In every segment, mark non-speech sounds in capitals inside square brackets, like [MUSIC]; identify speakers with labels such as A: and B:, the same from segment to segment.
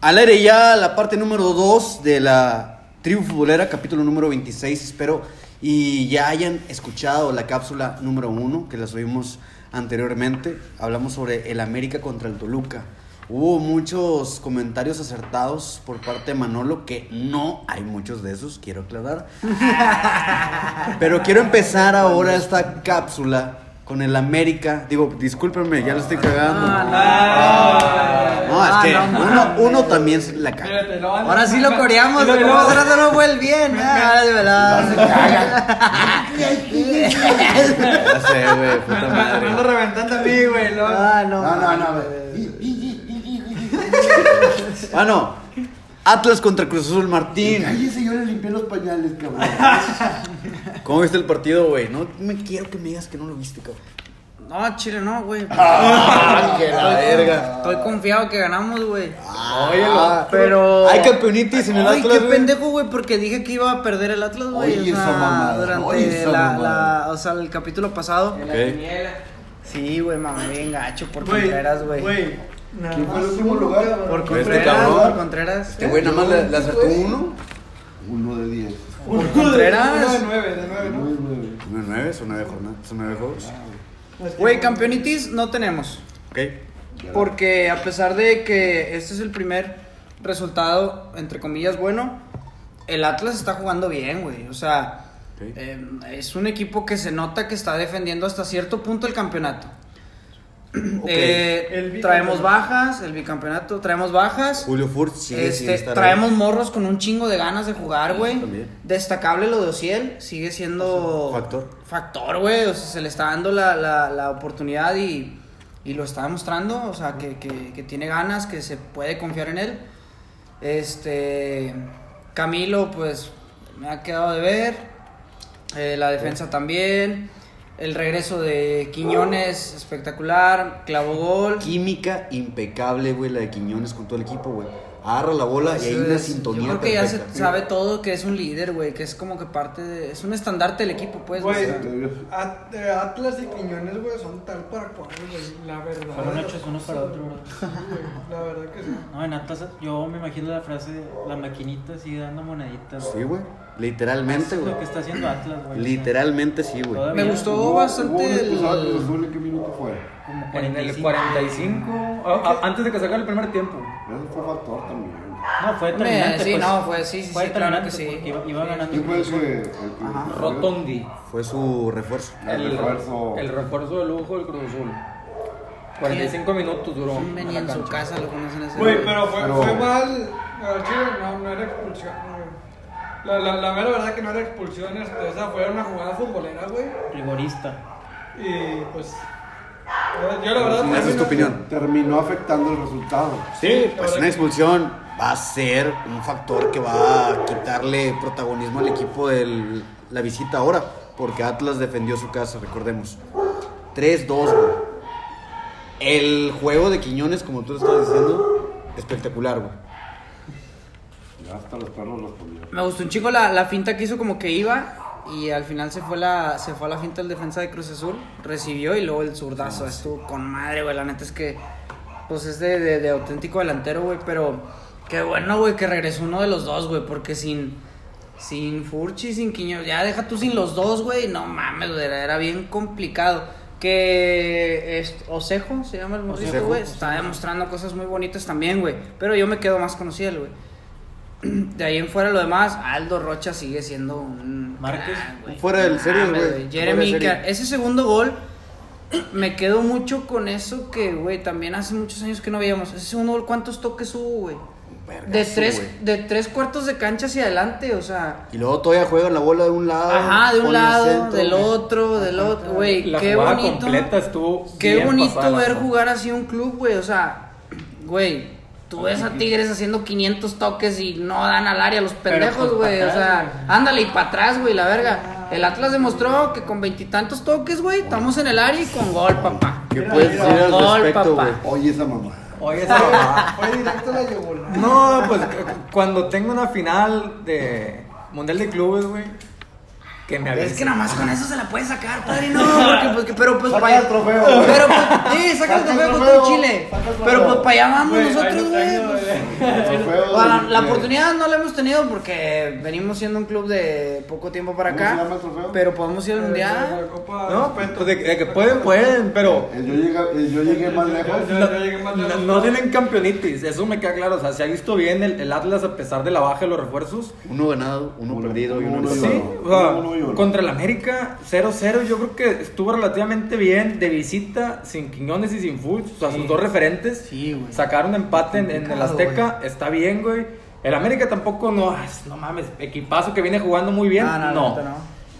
A: Al aire ya la parte número 2 de la tribu futbolera, capítulo número 26, espero. Y ya hayan escuchado la cápsula número 1 que la subimos anteriormente. Hablamos sobre el América contra el Toluca. Hubo muchos comentarios acertados por parte de Manolo, que no hay muchos de esos, quiero aclarar. [LAUGHS] Pero quiero empezar ahora esta cápsula con el América. Digo, discúlpenme, ya lo estoy cagando. Ah, No, es que uno, uno también se la caga.
B: Ahora sí lo coreamos,
C: Pero
B: pero
C: no.
B: como hace rato no fue el bien. Ah, de verdad.
A: Ya sé, güey, [LAUGHS]
C: Me
A: puta
C: me- me
A: madre.
C: ando reventando a mí, güey. luego.
B: Ah, no.
D: No, no, no.
A: Bueno, Atlas contra Cruz Azul Martín.
D: Cállese, yo le limpié los pañales, cabrón.
A: ¿Cómo viste el partido, güey? No me quiero que me digas que no lo viste, cabrón.
B: No, chile, no, güey.
A: Ah, que la verga.
B: Estoy confiado que ganamos, güey.
A: Ah, Óyelo.
B: Ah, Pero.
A: Hay campeonitis en el
B: Ay,
A: Atlas.
B: qué
A: güey.
B: pendejo, güey, porque dije que iba a perder el Atlas, güey.
D: Oye,
B: o sea,
D: esa mamada,
B: durante
D: oye, esa
B: la-
D: mamada.
B: la- o sea, el capítulo pasado.
A: Ok.
B: Sí, güey, mamá, bien gacho por
C: Güey,
B: Contreras, güey.
C: Güey. nada
D: ¿Quién fue el
C: más
D: último
C: uno,
D: lugar?
C: cabrón.
B: Por
A: Este
B: Contreras,
A: cabrón.
B: por Contreras.
A: Este güey nada más le, le acertó uno.
D: Uno de diez.
C: Uno de-
B: Contreras.
C: uno de nueve, de nueve, ¿no?
D: Muy nueve.
A: Son nueve, son nueve jornadas, son nueve juegos.
B: Güey, campeonitis no tenemos.
A: Ok.
B: Porque a pesar de que este es el primer resultado, entre comillas, bueno, el Atlas está jugando bien, güey. O sea,
A: Ok.
B: eh, es un equipo que se nota que está defendiendo hasta cierto punto el campeonato.
A: Ok.
B: Eh,
C: El bicampeonato.
B: traemos bajas, el bicampeonato, traemos bajas.
A: Julio Furt sigue sin
B: Este,
A: estar ahí.
B: traemos morros con un chingo de ganas de jugar, güey.
A: También.
B: Destacable lo de Ociel, sigue siendo
A: Factor.
B: factor, güey. O sea, se le está dando la, la- la oportunidad y, y lo está demostrando. O sea, que, que- que tiene ganas, que se puede confiar en él. Este Camilo, pues me ha quedado de ver. Eh, la defensa también. El regreso de Quiñones, espectacular. Clavó gol.
A: Química impecable, güey, la de Quiñones con todo el equipo, güey. Agarra la bola y hay
B: Eso
A: una
B: es-
A: sintonía
B: Yo creo que
A: perfecta.
B: ya se sabe todo que es un líder, güey, que es como que parte de... Es un estandarte del equipo, pues.
C: Güey,
B: o sea.
C: At- eh, Atlas y Quiñones, güey, son tal para cual, güey. La verdad.
E: Fueron hechos uno para otro, bro.
C: Sí, güey, La verdad que sí.
E: No, en Atlas yo me imagino la frase, la maquinita sigue dando moneditas.
A: Sí, güey.
E: Eso
A: Literalmente,
E: es
A: güey.
E: lo que está haciendo Atlas, güey.
A: Literalmente sí, güey.
E: Todavía.
B: Me gustó bastante el...
D: ¿Qué minuto fue?
E: Como
F: En el
E: 45.
F: 45, a-
E: Ah,
F: a- antes de que sacara el primer tiempo.
D: Eso fue factor también.
E: No, fue
B: Hombre,
E: determinante.
B: sí,
E: pues.
B: no, fue- sí, sí,
E: Fue
B: sí, claro
E: determinante
B: que sí.
E: porque iba, iba ganando.
D: ¿Quién fue el que- el que-
F: Rotondi.
A: Fue su refuerzo.
D: El refuerzo.
F: El refuerzo de lujo del Cruz Azul. 45 minutos duró.
B: Un
F: en
B: Vení
F: la
B: en su
F: cancha.
B: casa, lo conocen ese
C: Güey,
B: güey.
C: pero fue,
D: Pero-
C: fue mal. al chile, no, no era expulsión, güey. La, la, la mera verdad que no era expulsión, este, o sea, fue una jugada futbolera, güey.
E: Rigorista.
C: Y pues. yo- Yo la verdad.
A: Esa es tu
C: termino-
A: opinión.
D: Terminó afectando el resultado.
A: Sí,
C: la
A: pues
C: verdad
A: una
C: que-
A: expulsión va a ser un factor que va a quitarle protagonismo al equipo de la visita ahora, porque Atlas defendió su casa, recordemos. 3-2, güey. El juego de Quiñones, como tú lo estás diciendo, espectacular, güey.
D: Ya hasta los perros los comieron.
B: Me gustó un chico la, la finta que hizo como que iba y al final se fue, la, se fue a la finta el defensa de Cruz Azul, recibió y luego el zurdazo. Estuvo con madre, güey. La neta es que, pues es de, de- de auténtico delantero, güey. Pero qué bueno, güey, que regresó uno de los dos, güey. Porque sin, sin Furchi, sin Quiñones, ya deja tú sin los dos, güey. No mames, güey, era, era bien complicado. Que este, Osejo se llama el morrito,
A: Osejo,
B: güey. Está demostrando cosas muy bonitas también, güey. Pero yo me quedo más con Ociel, güey. De ahí en fuera lo demás, Aldo Rocha sigue siendo un...
E: Márquez,
B: crack, güey.
A: fuera del serie,
B: Mames,
A: güey. Fuera de
B: Jeremy,
A: serie.
B: Car- ese segundo gol, [CLEARS THROAT] me quedo mucho con eso que, güey, también hace muchos años que no veíamos. Ese segundo gol, ¿cuántos toques hubo, güey?
A: Vergazo,
B: De tres,
A: güey.
B: de tres cuartos de cancha hacia adelante, o sea...
A: Y luego todavía juegan la bola de un lado.
B: Ajá, de
A: Ah, con
B: un
A: el
B: lado,
A: centro,
B: del
A: güey. Ah,
B: otro, del otro, güey,
F: La
B: qué
F: jugada
B: bonito.
F: completa estuvo.
B: Qué
F: bien pasada,
B: bonito
F: la
B: ver
F: verdad.
B: jugar así un club, güey. O sea, güey, tú ves a Tigres haciendo 500 toques y no dan al área los pendejos,
F: pues, pa'
B: güey. O
F: atrás,
B: sea, ándale y para atrás, güey, la verga. El Atlas demostró que con veintitantos toques, güey, estamos en el área y con gol, papá.
A: ¿Qué puedes decir al
B: Gol,
A: respecto,
B: papá.
A: güey?
D: Oye, esa mamá.
F: Oye, esa-
C: Fue- Fue directo a la yugular.
F: No, pues cu- cuando tengo una final de Mundial de Clubes, güey. Que me
B: Es que
F: avisen.
B: nada más con eso se la puede sacar, [LAUGHS] padrino. porque, porque- pero pues
D: Saca
B: para
D: el trofeo, güey.
B: Pero pues, sí, saca el trofeo con todo Chile.
D: Saca el trofeo.
B: Pero pues para allá vamos
C: Güey, ahí
B: nosotros,
C: lo
B: güey.
C: tengo,
B: pues.
C: güey.
D: Trofeo
B: Bueno, la,
D: de-
B: la
D: de-
B: oportunidad no la hemos tenido porque venimos siendo un club de poco tiempo para
D: ¿Cómo se llama
B: acá.
D: el trofeo?
B: Pero podemos ir al
C: Eh, la
B: mundial.
C: Copa-
F: No, pues, pues, de, de que pueden, pueden, pero
D: El yo llegué, el yo llegué más lejos.
C: Yo- yo llegué más
F: no,
C: lejos.
F: no tienen campeonitis. Eso me queda claro. O sea, se ha visto bien el, el Atlas a pesar de la baja de los refuerzos.
A: Uno ganado, uno,
D: Uno-
A: perdido y uno,
D: uno y
A: empatado.
F: Sí,
D: uno.
F: o sea,
D: Uno y uno.
F: contra el América 0-0. Yo creo que estuvo relativamente bien de visita, sin Quiñones y sin Fuchs. O sea, sus dos referentes
B: Sí, güey.
F: sacaron empate en, en el
B: Complicado,
F: Azteca. Está bien, güey. El América tampoco, no, ay, no mames, equipazo que viene jugando muy bien.
B: No, no,
F: no.
B: no, no.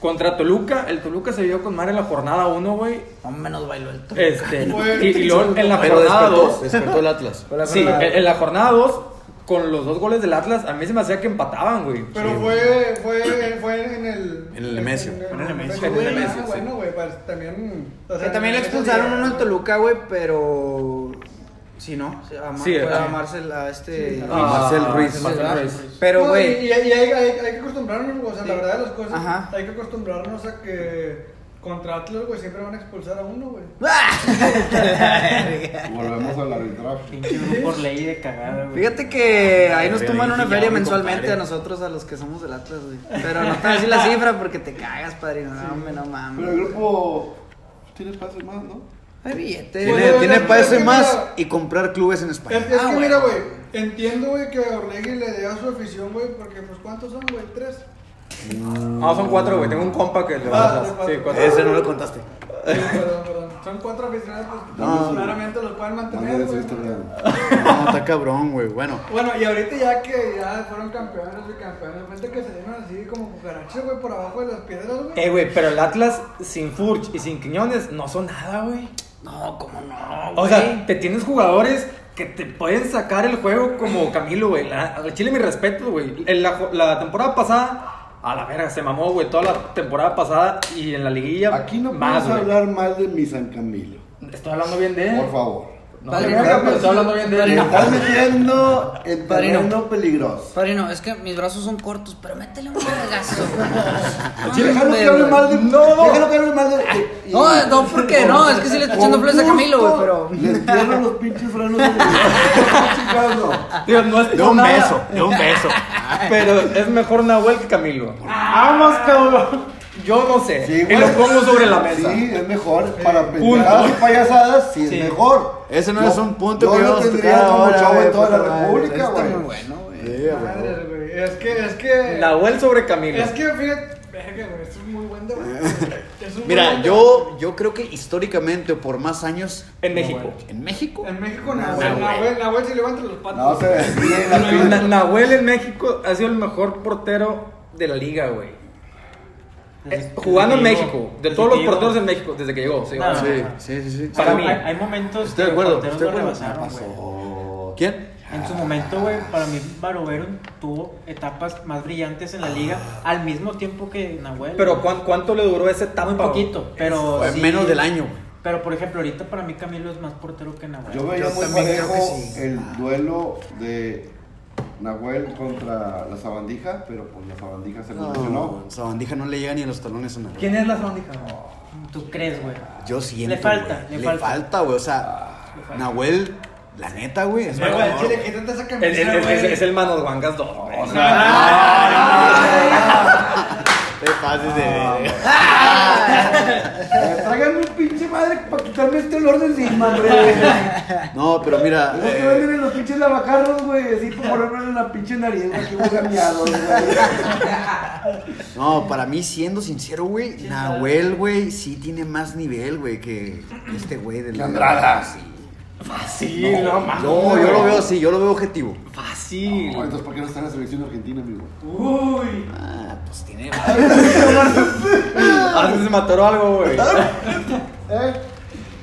F: Contra Toluca, el Toluca se vio con madre en la jornada 1, güey.
B: Hombre, nos bailó el toque.
F: Este, y, y luego en la jornada 2.
A: despertó el
F: [LAUGHS]
A: Atlas.
F: Sí, en, en la jornada 2, con los dos goles del Atlas, a mí se me hacía que empataban, güey.
C: Pero fue, fue, fue en el.
A: En el Nemesio.
C: En el
F: Nemesio.
C: güey.
F: En el Nemesio,
C: Ah,
F: sí.
C: Bueno, güey, pues, también. o sea,
B: Que también le
C: en el
B: expulsaron
C: Nemesio,
B: uno al Toluca, güey, pero. Sí, ¿no? A Mar-
F: Sí,
B: fue a
F: eh.
B: Marcel, a este.
F: Ah,
A: Marcel Ruiz.
F: Marcel
B: ¿verdad?
F: Ruiz.
B: Pero,
C: No,
B: güey.
C: y, y hay, hay, hay que acostumbrarnos, güey, o sea, la
B: Sí.
C: verdad de las cosas.
B: Ajá.
C: Hay que acostumbrarnos a que contra Atlas, güey, siempre van a expulsar a uno, güey.
D: Volvemos al arbitraje.
E: Pinche grupo por ley de cagada,
B: [LAUGHS]
E: güey.
B: Fíjate que ahí nos
A: Pero
B: toman
A: ahí
B: una
A: sí
B: feria
A: ya, mi
B: mensualmente a
A: compadre.
B: nosotros, a los que somos del Atlas, güey. Pero no te voy a decir la cifra porque te cagas, padrino. No, hombre, no
D: Pero el
B: mames.
D: grupo tiene espacio más, ¿no?
B: Hay billetes.
C: Güey,
A: Tiene,
C: güey,
A: tiene
C: güey,
A: para
C: es
A: ese
C: que
A: más
C: mira-
A: y comprar clubes en
C: Es,
A: España.
C: es
B: Ah,
C: que mira,
B: bueno.
C: güey, entiendo, güey, que Orlegui le dé a su afición, güey, porque, pues, ¿cuántos son, güey? ¿Tres?
F: No, Ah, son cuatro, güey. Tengo un compa que le
C: Ah,
F: va a
C: sí,
F: dar.
C: cuatro.
F: Sí, cuatro.
A: Ese no lo contaste.
C: Sí, perdón, perdón. Son cuatro aficionados, pues,
D: No.
C: claramente los pueden
D: Manda
C: mantener,
D: de su
C: güey.
D: historia.
A: No, está cabrón, güey. Bueno,
C: Bueno, y ahorita ya que ya fueron campeones y campeones, vente que se dieron así como cucarachas, güey, por abajo de las piedras, güey.
F: Eh, güey, pero el Atlas sin Furch y sin Quiñones no son nada, güey.
B: No, cómo no, güey.
F: O sea, te tienes jugadores que te pueden sacar el juego como Camilo, güey. La- Al Chile, mi respeto, güey. En La, jo- la temporada pasada, a la verga, se mamó, güey. Toda la temporada pasada y en la liguilla.
D: Aquí no
F: más,
D: puedes
F: güey.
D: hablar mal de mi San Camilo.
F: Estoy hablando bien de él.
D: Por favor.
F: No,
B: Vale,
F: verga,
D: verga,
F: pero estoy hablando bien de
D: Te
F: él.
D: estás metiendo en
B: Padrino.
D: terreno peligroso.
B: Padrino, es que mis brazos son cortos, pero métele un [LAUGHS] vergazo.
D: Al Chile, déjalo que hable mal de.
F: No. eh.
D: Déjalo que hable mal de. de- y-
B: No, no, ¿por qué? No, es que sí le estoy echando
D: Con
B: flores a Camilo, güey,
D: gusto
B: pero-
D: Le entierro los pinches frenos de mi-
F: [LAUGHS]
D: Chingado.
F: Tío, no es
A: de un
F: nada,
A: beso, de un beso.
F: Pero es mejor Nahuel que Camilo. Ah,
E: ¡Vamos, cabrón!
F: Yo no sé.
D: Sí,
F: y
D: güey.
F: lo pongo sobre la mesa.
D: Sí, es mejor. Para pendejadas y payasadas, sí es
F: Sí.
D: mejor.
A: Ese no es un punto
D: yo
A: que
D: lo
A: vamos a
D: tendría
A: tocar
D: como
A: ahora,
D: chavo en
A: güey,
D: toda la
A: puta madre.
D: república,
A: Está
D: güey.
A: muy bueno, güey. [LAUGHS] Sí, güey.
C: Madres, güey. Es que, es que.
F: Nahuel sobre Camilo.
C: Es que, fíjate, verga, güey, es un muy buen debate. Es un muy
A: Mira,
C: buen
A: yo, yo creo que históricamente o por más años
F: En México.
A: en México.
C: debate. En México,
A: Nahuel.
C: Nahuel, Nahuel, Nahuel se levanta los patos.
D: No se desvíen la
F: Na-
D: pinche.
F: Nahuel en México ha sido el mejor portero de la liga, güey. Eh, jugando en
E: Positivo.
F: México, de todos los
E: Positivo.
F: porteros en México, desde que llegó. sí,
E: Ah.
F: sí.
A: Sí, sí, sí, sí.
F: Para
E: Hay-
F: mí.
E: Hay, hay momentos
A: Estoy de acuerdo,
E: que los
A: estoy de
E: porteros lo
A: acuerdo.
E: rebasaron, güey.
D: Pasó.
A: ¿Quién?
E: En su momento, güey, para mí Barovero tuvo etapas más brillantes en la liga al mismo tiempo que Nahuel.
F: Pero
E: güey.
F: ¿cuán- ¿cuánto le duró ese etapa?
E: Muy
F: güey?
E: poquito, pero
A: Fue
E: sí.
A: Menos del año. güey.
E: Pero por ejemplo, ahorita para mí Camilo es más portero que Nahuel.
D: Yo veía
B: Yo
D: muy
B: también creo
D: parejo
B: que sí.
D: el duelo de Nahuel contra la sabandija, pero pues la sabandija se lesionó.
A: No, Sabandija no le llega ni a los talones a nadie.
F: ¿Quién es la sabandija?
E: ¿Tú crees, güey?
A: Yo siento.
E: Le falta,
A: güey.
E: le
A: le
E: falta.
A: falta, güey. O sea, Nahuel, la neta, güey. Es
C: Nahuel,
A: mejor.
C: al chile, quítate esa
F: Es, es-
C: camisa,
F: es- es-
C: güey.
F: es el Manos Guangas 2. güey.
A: Te pases de verga.
D: Eh, Tráiganme un pinche madre para quitarme este olor de encima, hombre.
A: No, pero mira.
D: Esos Pues que
A: eh,
D: venden en los pinches lavacarros, güey, así por ponerme en la pinche nariz, güey, que huele a miado, güey.
A: No, para mí, siendo sincero, güey, Nahuel, güey, sí tiene más nivel, güey, que este güey del.
D: Que Andrada.
A: Sí.
F: Fácil, no, mames.
A: No, yo lo veo así, yo lo veo objetivo.
C: Ah,
F: Fácil.
D: No, Entonces, ¿por qué no está en la selección argentina, amigo?
F: Uy.
A: Ah, pues tiene.
F: [LAUGHS] Antes se mató algo, güey.
D: ¿Eh?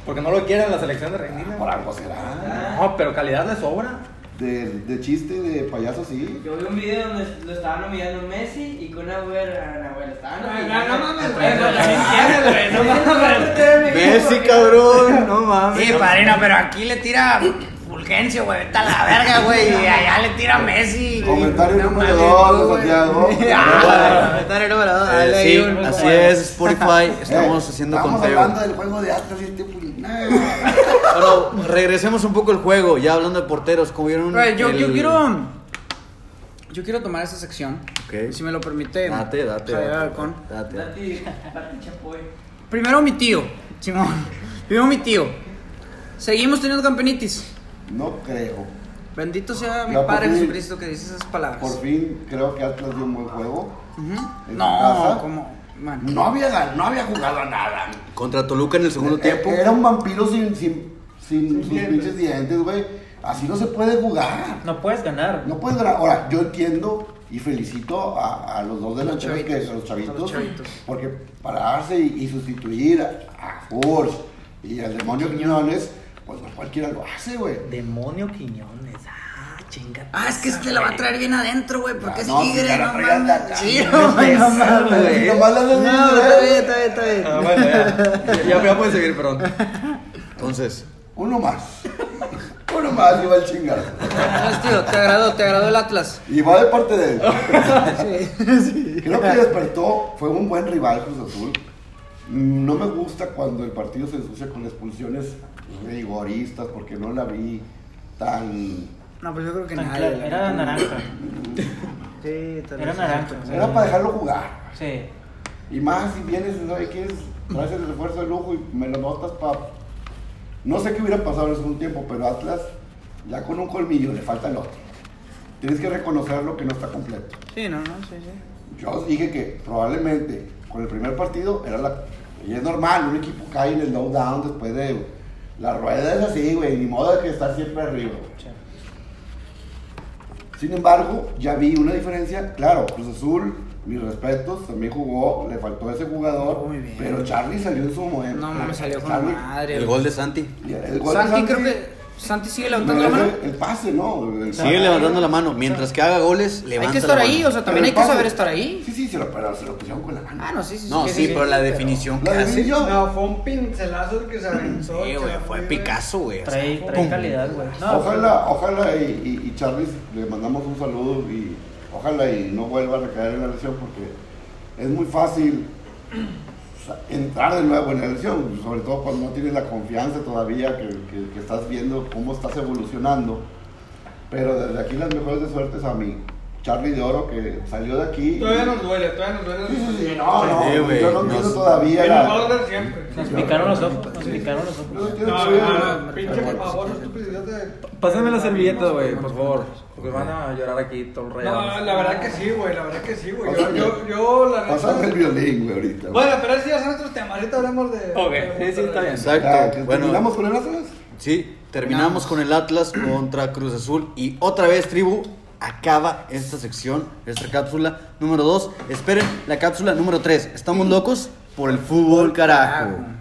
F: Porque no lo quieren la selección de Argentina.
D: Por algo será.
F: No, pero calidad le sobra.
D: De, de chiste, de payaso, sí.
G: Yo vi un video donde lo estaban nominando Messi y con Nahuel a Nahuel. Estaban
B: Ah,
G: nominando.
C: No, no, no mames,
G: Pero
C: güey.
G: también quieren, güey, no mames.
A: Messi, cabrón, no mames.
B: Sí, padrino, pero aquí le tira Fulgencio, güey, vete a la verga, güey. Y allá le tira a Messi.
D: Comentario
B: No mames,
D: número dos de
B: tú, güey.
D: Santiago.
B: [LAUGHS] Ah, Comentario número dos.
A: Eh,
B: dale ahí
A: sí,
B: un-
A: así es, Spotify, estamos
D: Eh,
A: haciendo
D: Estamos
A: conteo.
D: hablando del juego de Atlas y este pul-
A: Pero regresemos un poco al juego, ya hablando de porteros, como vieron
B: Güey, yo, yo
A: el-
B: quiero. Yo quiero tomar esa sección.
A: Ok.
B: Si me lo permite.
A: Date, date,
B: Javier
A: date,
B: Alarcón.
A: date.
G: Dati, Dati Chapoy.
B: Primero mi tío, Simón. Primero mi tío. Seguimos teniendo campanitis.
D: No creo.
B: Bendito sea mi
D: Ya, por
B: Padre
D: fin.
B: Jesucristo que dice esas palabras.
D: Por fin creo que Atlas dio un buen juego.
B: Ujú.
D: ¿En tu
B: No,
D: casa?
B: como. Man.
D: No había, gan- no había jugado a nada.
A: Contra Toluca en el segundo
D: Eh,
A: tiempo.
D: Era un vampiro sin, sin, sin sus
C: dientes.
D: pinches dientes, güey. Así no se puede jugar.
E: No puedes ganar.
D: No puedes ganar. Ahora, yo entiendo y felicito a, a los dos delanteros, que,
B: chavitos,
D: a los chavitos,
B: a los chavitos.
D: porque pararse y, y sustituir a, a Furch y al demonio Quiñones, pues no cualquiera lo hace, güey.
E: Demonio Quiñones. Ah, chinga.
B: Ah, es que este la va a traer bien adentro, güey, porque
D: Ah,
B: es
D: no, sí,
B: tigre,
D: ya la
B: no
D: traía de acá.
B: mames. Sí, no mames, no
D: [LAUGHS]
B: mames, güey.
D: No mames, no mames,
B: No,
D: güey.
B: está bien, está bien, está bien.
F: Ah, bueno, ya.
A: [LAUGHS]
F: Ya, ya, ya pueden seguir, perdón.
A: Entonces,
D: Uno más. [LAUGHS] Uno más y va el chingado.
B: Entonces, tío, te agradó, te agradó el
D: [LAUGHS]
B: Atlas.
D: Y va de parte de él.
B: Sí, sí.
D: Creo que despertó, fue un buen rival Cruz Azul. Mm, No me gusta cuando el partido se ensucia con expulsiones rigoristas porque no la vi tan...
B: No, pues yo creo que
E: Tan
B: nadie.
E: claro,
B: la
E: Era
B: neta.
E: naranja.
B: Sí, tal
E: Era
B: vez.
E: naranja. o sea,
D: Era para dejarlo jugar.
E: Sí.
D: Y más si vienes, ¿sabes qué es? Traes el refuerzo de lujo y me lo notas para... No sé qué hubiera pasado en el segundo tiempo, pero Atlas ya con un colmillo le falta el otro. Tienes que reconocerlo que no está completo.
B: Sí, no, no, sí, sí.
D: Yo os dije que probablemente con el primer partido era la. Y es normal, un equipo cae en el down después de. La rueda es así, güey, ni modo de que estar siempre arriba.
E: sí.
D: Sin embargo, ya vi una diferencia. Claro, Cruz Azul, mis respetos, también jugó, le faltó ese jugador.
B: Muy bien.
D: Pero Charlie salió en su momento.
B: No mames, salió con
D: Charlie-
B: madre.
A: el
B: güey.
A: gol de Santi.
D: y el gol de
B: Santi,
D: Santi
B: creo que. Santi sigue levantando la
D: merece
B: mano.
D: El pase, ¿no? El
A: Sigue levantando la mano. Mientras que haga goles, levanta
B: Hay que estar
A: la mano.
B: ahí, o sea,
D: Pero el
B: también hay que
D: pase-
B: saber estar ahí.
D: Sí, sí, se lo, pero se lo pusieron con la mano.
B: Ah, no, sí, sí.
A: No,
B: que
A: sí, pero la definición que
D: La
A: hace.
D: definición.
C: No, fue un pincelazo el que se aventó.
A: Sí, güey, fue Picasso, güey. o sea,
E: Trae, trae
A: pum.
E: calidad, güey. No,
D: Ojalá, ojalá y, y, y Charles le mandamos un saludo y ojalá y no vuelva a recaer en la lesión porque es muy fácil sa- entrar de nuevo en la lesión, sobre todo cuando no tienes la confianza todavía que, que- que estás viendo cómo estás evolucionando. Pero desde aquí las mejores de suertes a mí. Charlie de Oro que salió de aquí. y-
C: Todavía nos duele, todavía nos duele.
D: Sí, sí, sí, no, no,
A: Sí, güey,
D: yo no
A: nos-
D: entiendo todavía
C: Que nos va a
D: la...
C: doler siempre.
E: Nos picaron los ojos, nos picaron los
D: yo no
E: ojos.
D: entiendo
C: No,
D: todavía
C: no,
D: la-
C: no, pinche favor, estupidez de.
F: Pásenme la servilleta, güey, por favor. Porque van a llorar aquí todo el
C: No, la verdad que sí, güey, la verdad que sí, güey. Yo,
D: Pásame.
C: yo, yo, la
D: Pásame el
C: neta.
D: violín, güey, ahorita.
C: Bueno, pero ese ya son otros temas, ahorita hablamos de.
F: Ok,
C: de-
F: sí, sí, está bien.
D: Ya,
A: Exacto.
D: que
A: Bueno,
D: ¿Terminamos con el Atlas?
A: sí, terminamos con el Atlas contra Cruz Azul. Y otra vez, tribu, acaba esta sección, esta cápsula número 2. Esperen la cápsula número 3. Estamos locos por el fútbol, carajo.